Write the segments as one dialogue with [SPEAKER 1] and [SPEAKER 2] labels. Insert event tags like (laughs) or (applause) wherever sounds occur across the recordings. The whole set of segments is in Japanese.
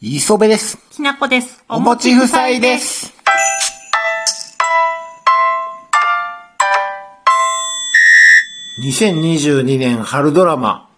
[SPEAKER 1] 磯部です。
[SPEAKER 2] きなこです。
[SPEAKER 1] お餅夫妻で。す。2022年春ドラマ。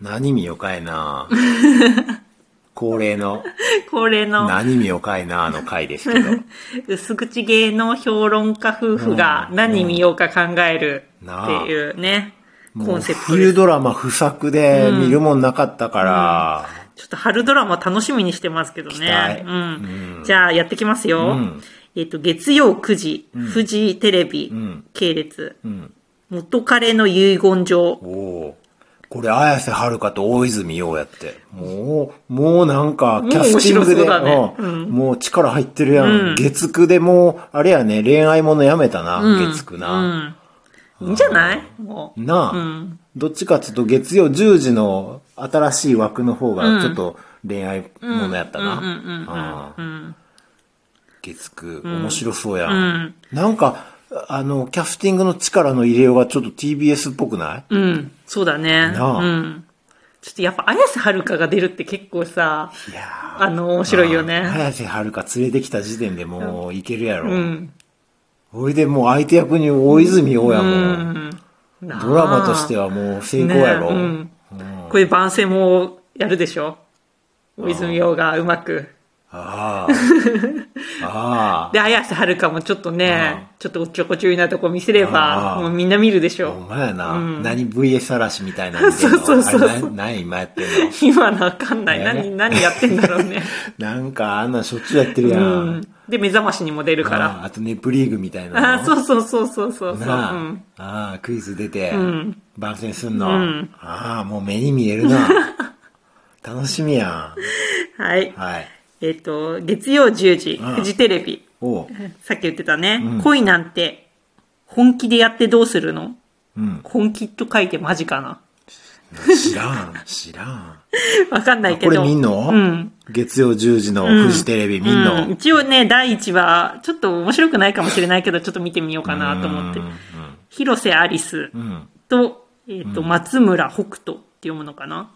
[SPEAKER 1] 何見よかい
[SPEAKER 2] (laughs)
[SPEAKER 1] な恒例の
[SPEAKER 2] 恒例の
[SPEAKER 1] 何見よかいなの回ですけど。
[SPEAKER 2] 薄口芸能評論家夫婦が何見ようか考えるっていうね、コ
[SPEAKER 1] もう
[SPEAKER 2] ンセプトで
[SPEAKER 1] 冬
[SPEAKER 2] す。
[SPEAKER 1] ドラマ不作で見るもんなかったから、
[SPEAKER 2] ちょっと春ドラマ楽しみにしてますけど
[SPEAKER 1] 待
[SPEAKER 2] ね。うん。じゃあやってきますよ。
[SPEAKER 1] ん
[SPEAKER 2] えっと、月曜9時、フジテレビ、
[SPEAKER 1] ん
[SPEAKER 2] 系列、
[SPEAKER 1] ん
[SPEAKER 2] 元彼の遺言状。
[SPEAKER 1] おーこれ、綾瀬はるかと大泉洋やって。もう、もうなんか、キャスティングで、
[SPEAKER 2] もう面白そうだね
[SPEAKER 1] うんもう力入ってるやん。月9でもう、あれやね、恋愛ものやめたな、月9な。
[SPEAKER 2] うん。いいんじゃないもう。
[SPEAKER 1] なあ、どっちかっていうと、月曜10時の新しい枠の方が、ちょっと恋愛ものやったな。あー月9、面白そうやん。なんか、あの、キャスティングの力の入れようがちょっと TBS っぽくない
[SPEAKER 2] うん。そうだね。
[SPEAKER 1] なあ
[SPEAKER 2] うん。ちょっとやっぱ綾瀬はるかが出るって結構さ、
[SPEAKER 1] いやー
[SPEAKER 2] あの、面白いよ
[SPEAKER 1] あ
[SPEAKER 2] ね。
[SPEAKER 1] 綾瀬はるか連れてきた時点でもういけるやろ。
[SPEAKER 2] うん。
[SPEAKER 1] ほいでもう相手役に大泉親も、ドラマとして
[SPEAKER 2] は
[SPEAKER 1] はもう成功やろ。
[SPEAKER 2] うん。これ番宣もやるでしょ大泉洋がうまく。
[SPEAKER 1] あ
[SPEAKER 2] (laughs)
[SPEAKER 1] あ。あ
[SPEAKER 2] で、綾瀬はるかもちょっとね、ちょっとおっちょこちょいなとこ見せれ
[SPEAKER 1] あ
[SPEAKER 2] ば
[SPEAKER 1] あ、
[SPEAKER 2] もうみんな見るでし
[SPEAKER 1] あ。ほん
[SPEAKER 2] ょ
[SPEAKER 1] まやな。何 VS 嵐みたいなの見てんの
[SPEAKER 2] そうそうそうそう
[SPEAKER 1] あれな何今やってんの
[SPEAKER 2] 今のわかんない。
[SPEAKER 1] ね
[SPEAKER 2] 何、何やってんだろうね。
[SPEAKER 1] なんかあんなんしょっちゅうやってるや。
[SPEAKER 2] うんん。で、目覚ましにも出る
[SPEAKER 1] あ
[SPEAKER 2] から。
[SPEAKER 1] ああとネプリーグみたいなの。
[SPEAKER 2] ああ、そうそうそうそうそうそう。う
[SPEAKER 1] なあ、
[SPEAKER 2] ん。
[SPEAKER 1] ああクイズ出て、
[SPEAKER 2] ん
[SPEAKER 1] 番宣すんの、
[SPEAKER 2] うん
[SPEAKER 1] ああもう目に見えるな (laughs) 楽しみや
[SPEAKER 2] はい
[SPEAKER 1] ん。はい
[SPEAKER 2] えっと、月曜10時、
[SPEAKER 1] うん
[SPEAKER 2] フジテレビ。
[SPEAKER 1] おう
[SPEAKER 2] さっき言ってたね、恋なんて本気でやってどうするの
[SPEAKER 1] うん
[SPEAKER 2] 本気と書いてマジかな
[SPEAKER 1] 知らん知らん
[SPEAKER 2] わかんないけ
[SPEAKER 1] こ
[SPEAKER 2] ど
[SPEAKER 1] れ見んの、
[SPEAKER 2] うん、
[SPEAKER 1] 月曜10時のフジテレビ見んの、
[SPEAKER 2] うん一応ね第1話ちょっと面白くないかもしれないけどちょっと見てみようかなと思って広瀬アリス
[SPEAKER 1] うんうん
[SPEAKER 2] と,、えっと松村北斗って読むのかな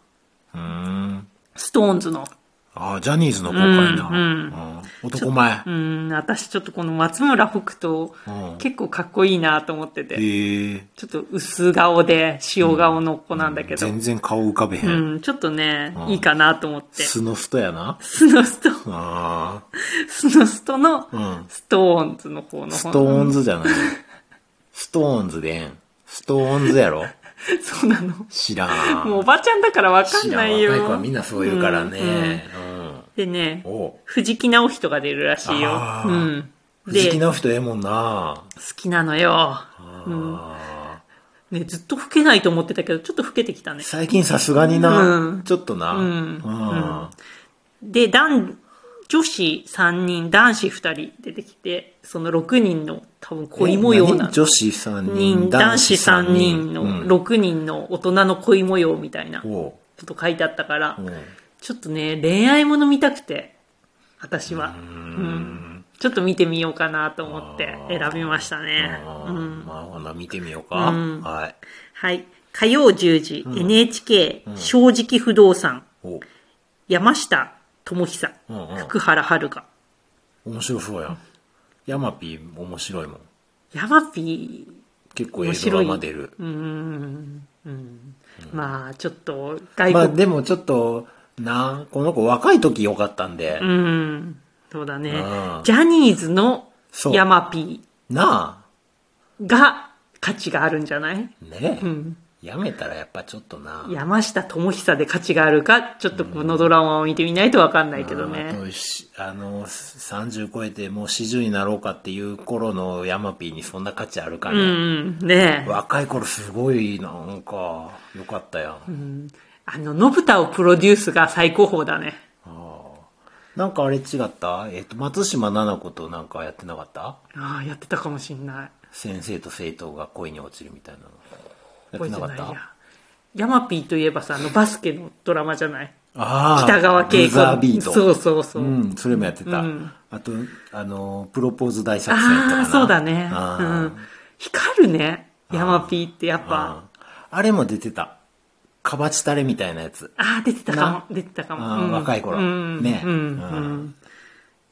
[SPEAKER 1] うん
[SPEAKER 2] ストーンズの
[SPEAKER 1] ああジャニーズの公開な、
[SPEAKER 2] うん
[SPEAKER 1] うん男前
[SPEAKER 2] うん私ちょっとこの松村北斗、
[SPEAKER 1] うん
[SPEAKER 2] 結構かっこいいなと思ってて、
[SPEAKER 1] へえ
[SPEAKER 2] ちょっと薄顔で塩顔の子なんだけど、
[SPEAKER 1] 全然顔浮かべへん、
[SPEAKER 2] うん、ちょっとね、
[SPEAKER 1] ん
[SPEAKER 2] いいかなと思って。
[SPEAKER 1] スノストやな
[SPEAKER 2] スノスト、
[SPEAKER 1] ああ
[SPEAKER 2] スノストの
[SPEAKER 1] うん
[SPEAKER 2] ストーンズの方の
[SPEAKER 1] ストーンズじゃないストーンズでええんストーンズやろ
[SPEAKER 2] そうなの。
[SPEAKER 1] 知らん
[SPEAKER 2] もうおばちゃんだからわかん
[SPEAKER 1] 知ら
[SPEAKER 2] ないよ。
[SPEAKER 1] 若い子はみんなそう言うからね。
[SPEAKER 2] でね
[SPEAKER 1] うん。、お
[SPEAKER 2] 藤木直人が出るらしいよ。
[SPEAKER 1] あー
[SPEAKER 2] うん。で、
[SPEAKER 1] 藤木
[SPEAKER 2] 好
[SPEAKER 1] 直人ええもんな。
[SPEAKER 2] きなのよ。
[SPEAKER 1] あ
[SPEAKER 2] ね、ずっと老けないと思ってたけど、ちょっと老けてきたね
[SPEAKER 1] ー。最近さすがに
[SPEAKER 2] う、
[SPEAKER 1] なんちょっとな。
[SPEAKER 2] ん
[SPEAKER 1] うん
[SPEAKER 2] で、男、女子3人、男子2人出てきて、その6人の多分恋模様な
[SPEAKER 1] 何女子3人、
[SPEAKER 2] 人、男子3人の
[SPEAKER 1] うん
[SPEAKER 2] 6人の大人の恋模様みたいなこ
[SPEAKER 1] おう
[SPEAKER 2] と書いてあったから
[SPEAKER 1] お、う
[SPEAKER 2] ちょっとね、恋愛もの見たくて、私は。うんちょっと見てみようかなと思って選びましたね。
[SPEAKER 1] あ
[SPEAKER 2] う
[SPEAKER 1] ー
[SPEAKER 2] ん
[SPEAKER 1] まあ、ほな見てみようか。はい。
[SPEAKER 2] はい。火曜10時、NHK、正直不動産、
[SPEAKER 1] おう
[SPEAKER 2] 山下智久、
[SPEAKER 1] うんうん
[SPEAKER 2] 福原遥。
[SPEAKER 1] 面白そうやん。ヤマピー面白いもん。
[SPEAKER 2] 山ピー、
[SPEAKER 1] 結構映像ま出る。
[SPEAKER 2] まあ、ちょっと、外
[SPEAKER 1] まあ
[SPEAKER 2] 国、
[SPEAKER 1] でもちょっと、な、この子若い時良かったんで、
[SPEAKER 2] うん、そうだね
[SPEAKER 1] うん。
[SPEAKER 2] ジャニーズの
[SPEAKER 1] そう
[SPEAKER 2] 山ピ
[SPEAKER 1] なあ、
[SPEAKER 2] ーが価値があるんじゃない
[SPEAKER 1] ねえ、やめたらやっぱちょっとな。
[SPEAKER 2] 山下智久で価値があるか、ちょっとこのドラマを見てみないとわかんないけ
[SPEAKER 1] あ
[SPEAKER 2] どね。
[SPEAKER 1] としあの、30超えてもう40になろうかっていう頃のヤマピーにそんな価値あるか
[SPEAKER 2] う
[SPEAKER 1] ね。
[SPEAKER 2] ん、ねえ。
[SPEAKER 1] 若い頃すごい、なんか、よかったやん。
[SPEAKER 2] あの、のぶたをプロデュースが最高峰だね。
[SPEAKER 1] なんかあれ違ったえっ、と、松島菜々子となんかやってなかった
[SPEAKER 2] ああ、やってたかもしんない。
[SPEAKER 1] 先生と生徒が恋に落ちるみたいなの。やっ
[SPEAKER 2] 覚
[SPEAKER 1] てな
[SPEAKER 2] えて
[SPEAKER 1] か
[SPEAKER 2] な
[SPEAKER 1] っ
[SPEAKER 2] い
[SPEAKER 1] た
[SPEAKER 2] や。ヤマピーといえばさ、あのバスケのドラマじゃない
[SPEAKER 1] ああ。
[SPEAKER 2] 北川景
[SPEAKER 1] ブザービ
[SPEAKER 2] 子。
[SPEAKER 1] ート。
[SPEAKER 2] そうそうそう。
[SPEAKER 1] うん、それもやってた。
[SPEAKER 2] うん
[SPEAKER 1] あと、あの、プロポーズ大作戦とかな
[SPEAKER 2] ああ、そうだね。
[SPEAKER 1] あ
[SPEAKER 2] う
[SPEAKER 1] ー
[SPEAKER 2] ん。光るね。ヤマピーってやっぱ。
[SPEAKER 1] あーあれも出てた。かばちたれみたいなやつ。
[SPEAKER 2] ああ、出てたかも。出てたか
[SPEAKER 1] あ
[SPEAKER 2] も。
[SPEAKER 1] ー
[SPEAKER 2] うん
[SPEAKER 1] 若い頃
[SPEAKER 2] うん
[SPEAKER 1] ね
[SPEAKER 2] うん
[SPEAKER 1] うん
[SPEAKER 2] うん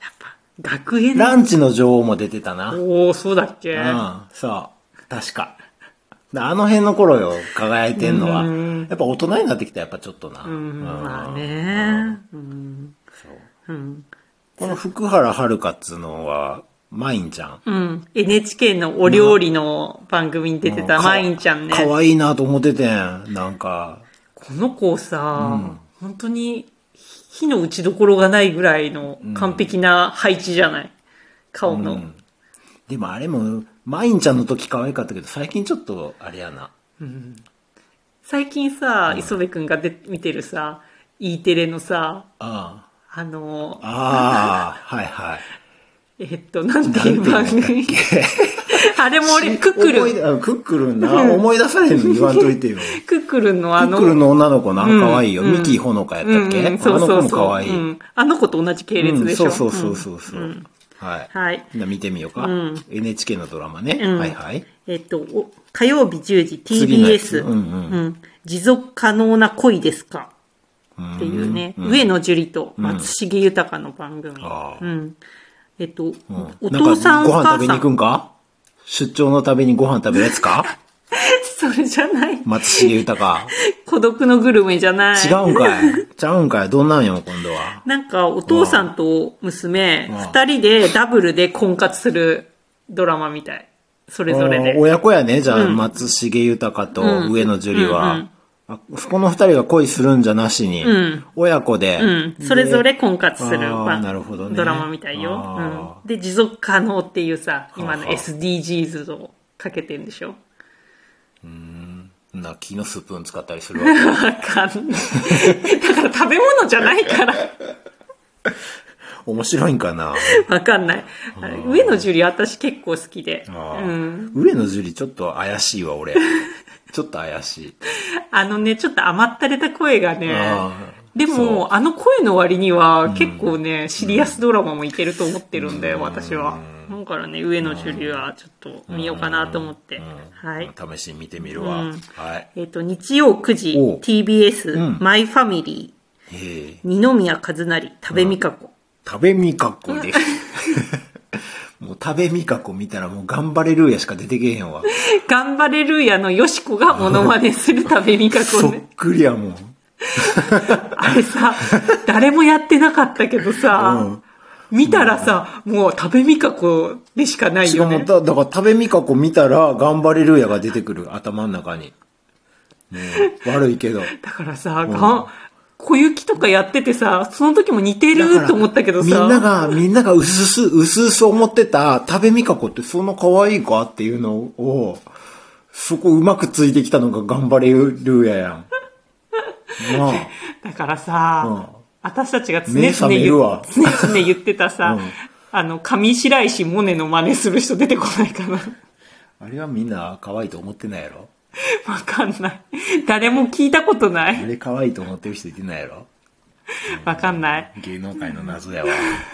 [SPEAKER 2] やっぱ、学園
[SPEAKER 1] ランチの女王も出てたな。
[SPEAKER 2] おおそうだっけ
[SPEAKER 1] うん、そう。確か。だあの辺の頃よ、輝いてんのは。
[SPEAKER 2] うん
[SPEAKER 1] やっぱ大人になってきた、やっぱちょっとな。
[SPEAKER 2] うん、まあ
[SPEAKER 1] うん
[SPEAKER 2] ね。うん。
[SPEAKER 1] そう
[SPEAKER 2] うん。
[SPEAKER 1] この福原遥っつうのは、マインちゃん。
[SPEAKER 2] うん。NHK のお料理の番組に出てた
[SPEAKER 1] う
[SPEAKER 2] まいんちゃんね。
[SPEAKER 1] かわいいなと思っててん。なんか、
[SPEAKER 2] この子さ、本当に火の打ちどころがないぐらいの完璧な配置じゃない、顔の、
[SPEAKER 1] でもあれも、マインちゃんの時可愛かったけど、最近ちょっと、あれやな。
[SPEAKER 2] 最近さ、磯部君がで見てるさ E テレのさ
[SPEAKER 1] あ
[SPEAKER 2] あの
[SPEAKER 1] あ。ああ、はいはい。
[SPEAKER 2] えっとなんていう
[SPEAKER 1] なん
[SPEAKER 2] 番
[SPEAKER 1] てい
[SPEAKER 2] 組あれも (laughs) 俺クック
[SPEAKER 1] 思い
[SPEAKER 2] ルン
[SPEAKER 1] 出あクックルンな。思い出されへんの言わんといてよ。
[SPEAKER 2] クックルンの
[SPEAKER 1] ク
[SPEAKER 2] (laughs) あ
[SPEAKER 1] ッ
[SPEAKER 2] の
[SPEAKER 1] クルンの女の子な、可愛いよ。ミキーほのかやっ
[SPEAKER 2] う
[SPEAKER 1] たっ
[SPEAKER 2] ん
[SPEAKER 1] け、
[SPEAKER 2] う
[SPEAKER 1] あ
[SPEAKER 2] ん、
[SPEAKER 1] の
[SPEAKER 2] そうそう
[SPEAKER 1] 子も
[SPEAKER 2] そう
[SPEAKER 1] 可愛い。
[SPEAKER 2] うんあの子と同じ系列でしょ、
[SPEAKER 1] うん、そうそうそうそうそう、はい、
[SPEAKER 2] はい
[SPEAKER 1] みんな見てみようか、
[SPEAKER 2] ん
[SPEAKER 1] NHK のドラマね、
[SPEAKER 2] うん
[SPEAKER 1] はいはい
[SPEAKER 2] えっと、お火曜日10時
[SPEAKER 1] 次のやつ
[SPEAKER 2] TBS、
[SPEAKER 1] うんうん
[SPEAKER 2] 持続可能な恋ですかっていうね、上野樹里と松重豊の番組。
[SPEAKER 1] ああ
[SPEAKER 2] うんえっと、お
[SPEAKER 1] なんか
[SPEAKER 2] 父さんお
[SPEAKER 1] ご飯
[SPEAKER 2] 母
[SPEAKER 1] 食べに
[SPEAKER 2] さ
[SPEAKER 1] 行く
[SPEAKER 2] ん、
[SPEAKER 1] んか出張のためにご飯食べるやつか
[SPEAKER 2] (laughs) それじゃない。
[SPEAKER 1] 松重豊か
[SPEAKER 2] (laughs) 孤独のグルメじゃない。
[SPEAKER 1] 違うんかいちゃうんかいどんなんよ今度は
[SPEAKER 2] なんか、お父さんと娘、
[SPEAKER 1] うん
[SPEAKER 2] 二人でダブルで婚活するドラマみたい。それぞれ
[SPEAKER 1] あー
[SPEAKER 2] で。
[SPEAKER 1] 親子やねじゃあ、松重豊と上野樹里は、あそこの二人が恋するんじゃなしに、
[SPEAKER 2] ん
[SPEAKER 1] 親子で、
[SPEAKER 2] うん、それぞれ婚活する
[SPEAKER 1] あー
[SPEAKER 2] まあ
[SPEAKER 1] なるほどね
[SPEAKER 2] ドラマみたいよ、
[SPEAKER 1] あ
[SPEAKER 2] うん、で持続可能っていうさ今の
[SPEAKER 1] はあはあ
[SPEAKER 2] SDGs をかけてんでしょ
[SPEAKER 1] な木のスプーン使ったりす
[SPEAKER 2] (laughs)
[SPEAKER 1] るわけ
[SPEAKER 2] わかんない (laughs) だから食べ物じゃないから
[SPEAKER 1] 面白いんかな
[SPEAKER 2] わかんない上野樹里私結構好きで
[SPEAKER 1] あ
[SPEAKER 2] あ,、
[SPEAKER 1] あ
[SPEAKER 2] うん、
[SPEAKER 1] 上野樹里ちょっと怪しいわ、
[SPEAKER 2] (laughs)
[SPEAKER 1] 俺。ちょっと怪しい。
[SPEAKER 2] あのねちょっと甘ったれた声がね
[SPEAKER 1] ああ
[SPEAKER 2] で
[SPEAKER 1] そう
[SPEAKER 2] もあの声の割には結構ね、シリアスドラマもいけると思ってるんだよ私はだからね上野樹里はちょっと見ようかなと思って、はい
[SPEAKER 1] 試しに見てみるわ。
[SPEAKER 2] うん
[SPEAKER 1] はい。
[SPEAKER 2] えっ、と、日曜9時
[SPEAKER 1] おう
[SPEAKER 2] TBS、
[SPEAKER 1] うん
[SPEAKER 2] マイファミリ
[SPEAKER 1] へえ。
[SPEAKER 2] ー、二宮和也、多部未華子。
[SPEAKER 1] 食べみかこです。 (laughs) もう食べみかこ見たらもう頑張れるやしか出てけえへん
[SPEAKER 2] (laughs)
[SPEAKER 1] わ。
[SPEAKER 2] 頑張れるやのよしこがモノマネする多部未華子
[SPEAKER 1] (laughs) そっ
[SPEAKER 2] ね。
[SPEAKER 1] くりやもん。
[SPEAKER 2] あれさ、誰もやってなかったけどさ、見たらさ、もう多部未華子でしかない
[SPEAKER 1] しか
[SPEAKER 2] よ
[SPEAKER 1] も
[SPEAKER 2] ね。
[SPEAKER 1] だ、だから食べみかこ見たら頑張れるやが出てくる、頭の中に。ねえ悪いけ
[SPEAKER 2] (laughs)
[SPEAKER 1] ど。
[SPEAKER 2] だからさ、が小雪とかやっててさ、その時も似て
[SPEAKER 1] だから
[SPEAKER 2] ると思ったけど
[SPEAKER 1] みんな
[SPEAKER 2] さ、
[SPEAKER 1] が、みんながうすす、うすうす思ってた、食べみかこってそんな可愛いかっていうのを、そこうまくついてきたのが頑張れるややん。まあ、
[SPEAKER 2] だから
[SPEAKER 1] うん
[SPEAKER 2] さ、私たちが常々
[SPEAKER 1] 目覚め
[SPEAKER 2] 言
[SPEAKER 1] る
[SPEAKER 2] っ
[SPEAKER 1] わ
[SPEAKER 2] 常々言ってたさ、
[SPEAKER 1] うん
[SPEAKER 2] あの、上白石萌音の真似する人出てこないかな。 (laughs)
[SPEAKER 1] あれはみんな可愛いと思ってないやろ
[SPEAKER 2] わかんない。誰も聞いたことな
[SPEAKER 1] あ
[SPEAKER 2] い。
[SPEAKER 1] れ可愛いと思ってる人いてないやろ
[SPEAKER 2] わかんない。
[SPEAKER 1] 芸能界の謎やわ。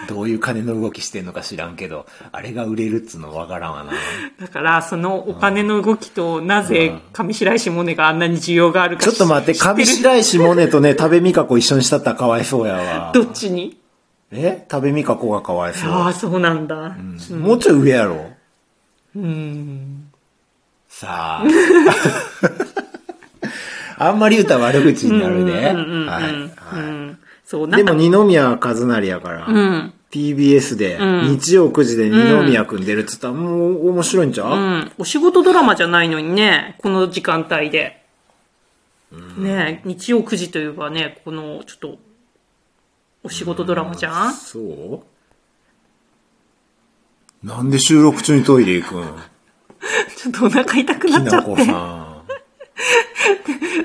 [SPEAKER 1] どういう金の動きしてんのか知らんけど、あれが売れるっつうのわからんわな。
[SPEAKER 2] だから、そのお金の動きと、なぜ上白石萌音があんなに需要があるか
[SPEAKER 1] ちょっと待って、
[SPEAKER 2] 知
[SPEAKER 1] 上白石萌音とね、食べみかこ一緒にしたったら可哀想やわ。
[SPEAKER 2] どっちに
[SPEAKER 1] え食べみかこが可哀想。
[SPEAKER 2] ああ、そうなんだ。
[SPEAKER 1] もうちょい上やろ
[SPEAKER 2] うん。
[SPEAKER 1] さあ。 (laughs) あんまり言うたら悪口になるね。
[SPEAKER 2] う
[SPEAKER 1] は
[SPEAKER 2] ん。そう、
[SPEAKER 1] い。
[SPEAKER 2] な
[SPEAKER 1] で
[SPEAKER 2] んか、
[SPEAKER 1] も二宮和也やから、
[SPEAKER 2] うん。
[SPEAKER 1] TBS で、日曜9時で二宮くん出るっつったら、もう面白いんちゃ
[SPEAKER 2] う
[SPEAKER 1] う、
[SPEAKER 2] ん。お仕事ドラマじゃないのにね、この時間帯で。ねえ日曜9時といえばね、この、ちょっと、お仕事ドラマじゃん
[SPEAKER 1] そうなんで収録中にトイレ行くん
[SPEAKER 2] ちょっとお腹痛く
[SPEAKER 1] き
[SPEAKER 2] なっちゃ
[SPEAKER 1] な
[SPEAKER 2] っ
[SPEAKER 1] こ
[SPEAKER 2] て。
[SPEAKER 1] さん。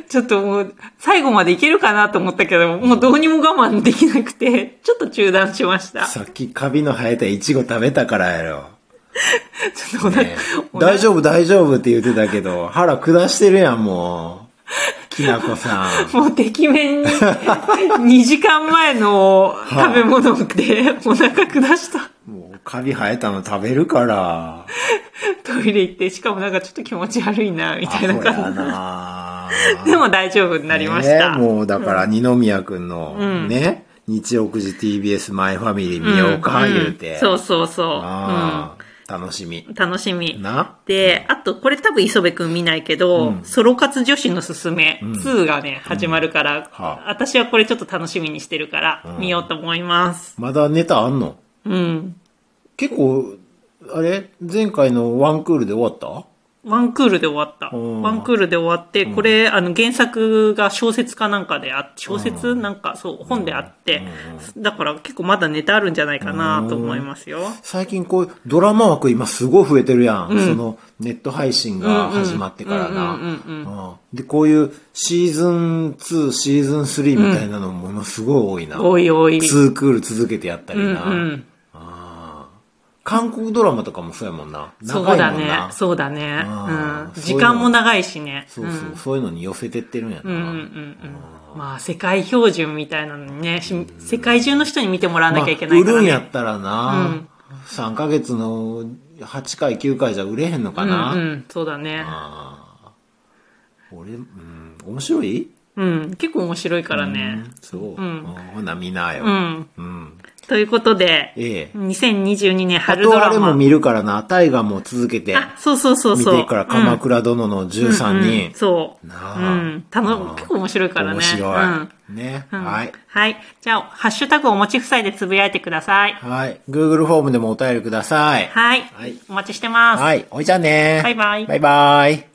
[SPEAKER 2] ちょっともう、最後までいけるかなと思ったけど、もうどうにも我慢できなくて、ちょっと中断しました。
[SPEAKER 1] (laughs)
[SPEAKER 2] ち
[SPEAKER 1] さっきカビの生えたイチゴ食べたからやろ。
[SPEAKER 2] ょっとお腹、
[SPEAKER 1] ね
[SPEAKER 2] お腹
[SPEAKER 1] 大丈夫大丈夫って言ってたけど、腹下してるやん、もう。きなこさん。
[SPEAKER 2] もう、てきめんに、2時間前の食べ物で、お腹下した。
[SPEAKER 1] もう、カビ生えたの食べるから。
[SPEAKER 2] トイレ行って、しかもなんかちょっと気持ち悪いな、み
[SPEAKER 1] ア
[SPEAKER 2] たい
[SPEAKER 1] ホ
[SPEAKER 2] な
[SPEAKER 1] や
[SPEAKER 2] 感じ。
[SPEAKER 1] な
[SPEAKER 2] でも大丈夫 (laughs) になりました。
[SPEAKER 1] ねもうだから二宮くんの、ね、日曜9時 TBS マイファミリー見ようか、
[SPEAKER 2] ん
[SPEAKER 1] 言うて。
[SPEAKER 2] そうそうそう。
[SPEAKER 1] ああ、楽しみ
[SPEAKER 2] う。ん楽しみ。
[SPEAKER 1] な
[SPEAKER 2] で、あと、これ多分磯部くん見ないけど、ソロ活女子のすすめ2がね、始まるから、
[SPEAKER 1] はあ
[SPEAKER 2] 私はこれちょっと楽しみにしてるから、見ようと思います。
[SPEAKER 1] まだネタあんの
[SPEAKER 2] うん。
[SPEAKER 1] 結構、あれ前回のワンクールで終わっ
[SPEAKER 2] ワンクールで終わった。
[SPEAKER 1] うん
[SPEAKER 2] ワンクールで終わって、これ、あの、原作が小説かなんかであ小説なんか、そう、本であって、だから結構まだネタあるんじゃないかなと思いますよ。
[SPEAKER 1] た最近こう、ドラマ枠今すごい増えてるやん。その、ネット配信が始まってからな。うんで、こういうシーズン2、シーズン3みたいなのものすごい多いな。
[SPEAKER 2] おいおい。
[SPEAKER 1] ツークール続けてやったりな。
[SPEAKER 2] うん。
[SPEAKER 1] 韓国ドラマとかもそうやもんな。
[SPEAKER 2] そう
[SPEAKER 1] 長い
[SPEAKER 2] だ
[SPEAKER 1] もん
[SPEAKER 2] ね。
[SPEAKER 1] な。
[SPEAKER 2] そうだね。
[SPEAKER 1] あー
[SPEAKER 2] うん。
[SPEAKER 1] そうい
[SPEAKER 2] 時
[SPEAKER 1] うの
[SPEAKER 2] 間も長いしね。
[SPEAKER 1] そうそう、そういうのに寄せてってるんやな。
[SPEAKER 2] うんうんうんうん。まあ、世界標準みたいなのにね、し世界中の人に見てもらわなきゃいけないから、
[SPEAKER 1] 売るん
[SPEAKER 2] ね。
[SPEAKER 1] やったらな、3ヶ月の8回、9回じゃ売れへんのかな。
[SPEAKER 2] うんうん、そうだね。
[SPEAKER 1] あー俺、うん、面白い
[SPEAKER 2] うん、結構面白いからね。
[SPEAKER 1] そう。あーほな、見な
[SPEAKER 2] う
[SPEAKER 1] よ。
[SPEAKER 2] ん。
[SPEAKER 1] うん。
[SPEAKER 2] ということで、
[SPEAKER 1] ええ。
[SPEAKER 2] 2022年
[SPEAKER 1] あ
[SPEAKER 2] 春ド
[SPEAKER 1] とあれ
[SPEAKER 2] ラ
[SPEAKER 1] も
[SPEAKER 2] マ。
[SPEAKER 1] 見るからな、大河も続けて
[SPEAKER 2] あ、そうそうそう
[SPEAKER 1] 見
[SPEAKER 2] そう。
[SPEAKER 1] ていくから、鎌倉殿の
[SPEAKER 2] うんうん
[SPEAKER 1] 13人。
[SPEAKER 2] そう。
[SPEAKER 1] なあ
[SPEAKER 2] うん。たの
[SPEAKER 1] ああ
[SPEAKER 2] 結構面白いからね。
[SPEAKER 1] 面
[SPEAKER 2] うん
[SPEAKER 1] 白い。ね。
[SPEAKER 2] うん
[SPEAKER 1] はい。
[SPEAKER 2] はい。じゃあ、ハッシュタグお持ち夫妻でつぶやいてください。
[SPEAKER 1] はい。Google フォームでもお便りください。
[SPEAKER 2] はい。
[SPEAKER 1] はい
[SPEAKER 2] お待ちしてます。
[SPEAKER 1] はい。おいじゃあね。
[SPEAKER 2] バイバイ
[SPEAKER 1] バイバイ。